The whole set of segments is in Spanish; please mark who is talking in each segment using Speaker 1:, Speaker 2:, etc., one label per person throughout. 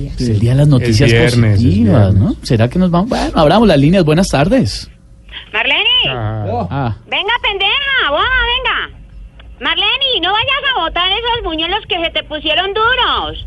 Speaker 1: Es el día de las noticias
Speaker 2: Es viernes, es
Speaker 1: positivas,
Speaker 2: viernes.
Speaker 1: ¿no? ¿Será que nos vamos? Bueno, abramos las líneas. Buenas tardes.
Speaker 3: Marlene,
Speaker 2: Ah,
Speaker 1: Ah,
Speaker 3: venga pendeja, boba, venga. Marlene, no vayas a botar esos buñuelos que se te pusieron duros.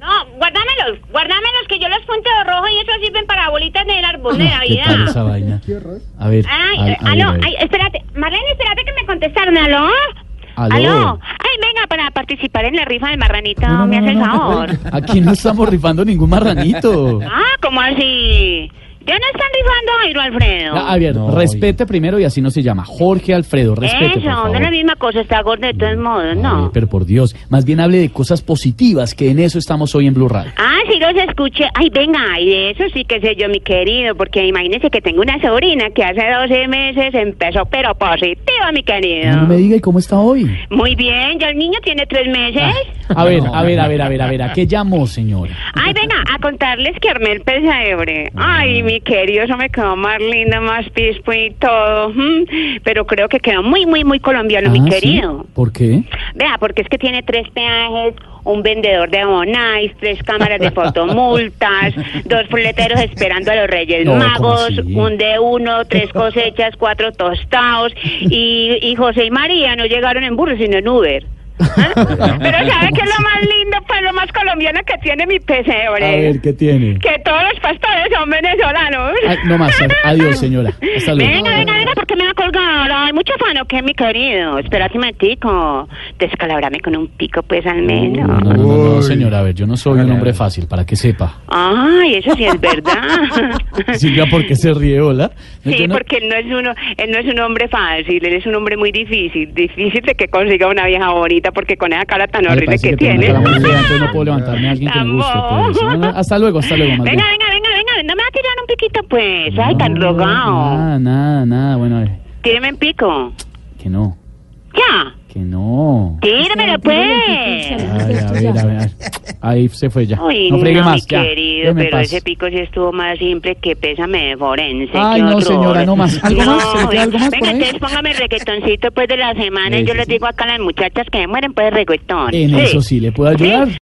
Speaker 3: No, guárdamelos, guárdamelos que yo los punto de rojo y esos sirven para bolitas del árbol de
Speaker 1: Ah, ¿qué tal
Speaker 3: Navidad.
Speaker 1: esa vaina? A ver,
Speaker 3: Ay,
Speaker 1: a-
Speaker 3: eh,
Speaker 1: a ver,
Speaker 3: aló,
Speaker 1: a ver.
Speaker 3: ay, espérate, Marlene, espérate que me contestaron, aló.
Speaker 1: Aló.
Speaker 3: Ay, venga, para participar en la rifa del marranito,
Speaker 1: No, no,
Speaker 3: me
Speaker 1: no,
Speaker 3: hace el
Speaker 1: no, no.
Speaker 3: favor.
Speaker 1: Aquí no estamos rifando ningún marranito.
Speaker 3: Ah, ¿cómo así? Ya no están rifando, Jairo Alfredo.
Speaker 1: A ver,
Speaker 2: No,
Speaker 1: respete primero y así no se llama. Jorge Alfredo, respete, por
Speaker 3: Eso, no
Speaker 1: favor.
Speaker 3: es la misma cosa, está gordo de todos modos,
Speaker 1: Ay,
Speaker 3: no.
Speaker 1: pero por Dios, más bien hable de cosas positivas, que en eso estamos hoy en Blue Radio.
Speaker 3: Ah, sí los escuché. Ay, venga, y de eso sí que sé yo, mi querido, porque imagínese que tengo una sobrina que hace 12 meses empezó, pero positiva, mi querido.
Speaker 1: No me diga, ¿y cómo está hoy? Ah,
Speaker 3: Muy bien, ya el niño tiene tres meses.
Speaker 1: A ver, a ver, a ver, a ver, a ver, ¿a qué llamó, señora?
Speaker 3: Ay, venga, a contarles que armé el pesebre. Ay,
Speaker 1: Ah.
Speaker 3: mi querido, eso me quedó más linda, más pispo y todo. Mm, Pero creo que quedó muy, muy, muy colombiano,
Speaker 1: Ah,
Speaker 3: mi
Speaker 1: ¿sí?
Speaker 3: querido.
Speaker 1: ¿Por qué?
Speaker 3: Vea, porque es que tiene tres peajes, un vendedor de bonais, tres cámaras de fotomultas, dos fleteros esperando a los Reyes
Speaker 1: No, ¿cómo
Speaker 3: Magos,
Speaker 1: así?
Speaker 3: un de uno, tres cosechas, cuatro tostados, y, y José y María no llegaron en burro, sino en Uber. ¿Ah? Pero ¿sabe qué es lo más lindo, pues lo más colombiano que tiene mi
Speaker 1: A ver,
Speaker 3: pesebre?
Speaker 1: ¿qué tiene?
Speaker 3: Que todos los pastores son venezolanos.
Speaker 1: Ay, no más, adiós, señora. Hasta luego.
Speaker 3: Venga, venga, venga, porque me va a colgar. Hay mucho fano que mi querido. Espérate un momentico. Descalabrame con un pico, pues al menos.
Speaker 1: No, no, no, no,
Speaker 2: Uy.
Speaker 1: señora, a ver, yo no soy un hombre fácil, para que sepa.
Speaker 3: Ay, eso sí es verdad.
Speaker 1: Silvia, ¿por qué se ríe, hola? No,
Speaker 3: Sí,
Speaker 1: yo no-
Speaker 3: porque él no es uno, él no es un hombre fácil, él es un hombre muy difícil, difícil de que consiga una vieja bonita porque con esa cara tan
Speaker 1: Ay,
Speaker 3: horrible
Speaker 1: parece
Speaker 3: que,
Speaker 1: tengo
Speaker 3: tiene.
Speaker 1: una cara muy fea, entonces no puedo levantarme a alguien que me guste. pues. No, no, hasta luego, hasta luego, más
Speaker 3: Venga,
Speaker 1: bien.
Speaker 3: venga, venga, venga, no me va a tirar un piquito pues. Ay, tan
Speaker 1: No,
Speaker 3: rogado.
Speaker 1: Nada, nada, nada, bueno, a ver,
Speaker 3: Tíreme en pico.
Speaker 1: que no,
Speaker 3: Ya,
Speaker 1: que no.
Speaker 3: tíremelo pues.
Speaker 1: Ay, a ver, a ver, a ver. Ahí se fue ya.
Speaker 3: Uy,
Speaker 1: no
Speaker 3: no,
Speaker 1: fregue más,
Speaker 3: mi
Speaker 1: ya.
Speaker 3: querido,
Speaker 1: Déjeme en
Speaker 3: pero
Speaker 1: paz.
Speaker 3: ese pico sí estuvo más simple que pésame de forense.
Speaker 1: Ay,
Speaker 3: qué
Speaker 1: no,
Speaker 3: horror.
Speaker 1: señora, no más. ¿Algo más? ¿Se metió algo más por
Speaker 3: Venga,
Speaker 1: ahí?
Speaker 3: entonces póngame el reggaetoncito pues de la semana y
Speaker 1: Eso
Speaker 3: yo les
Speaker 1: sí.
Speaker 3: digo acá a las muchachas que se mueren pues de reggaetón.
Speaker 1: En eso sí, ¿le puedo ayudar?
Speaker 3: ¿Sí?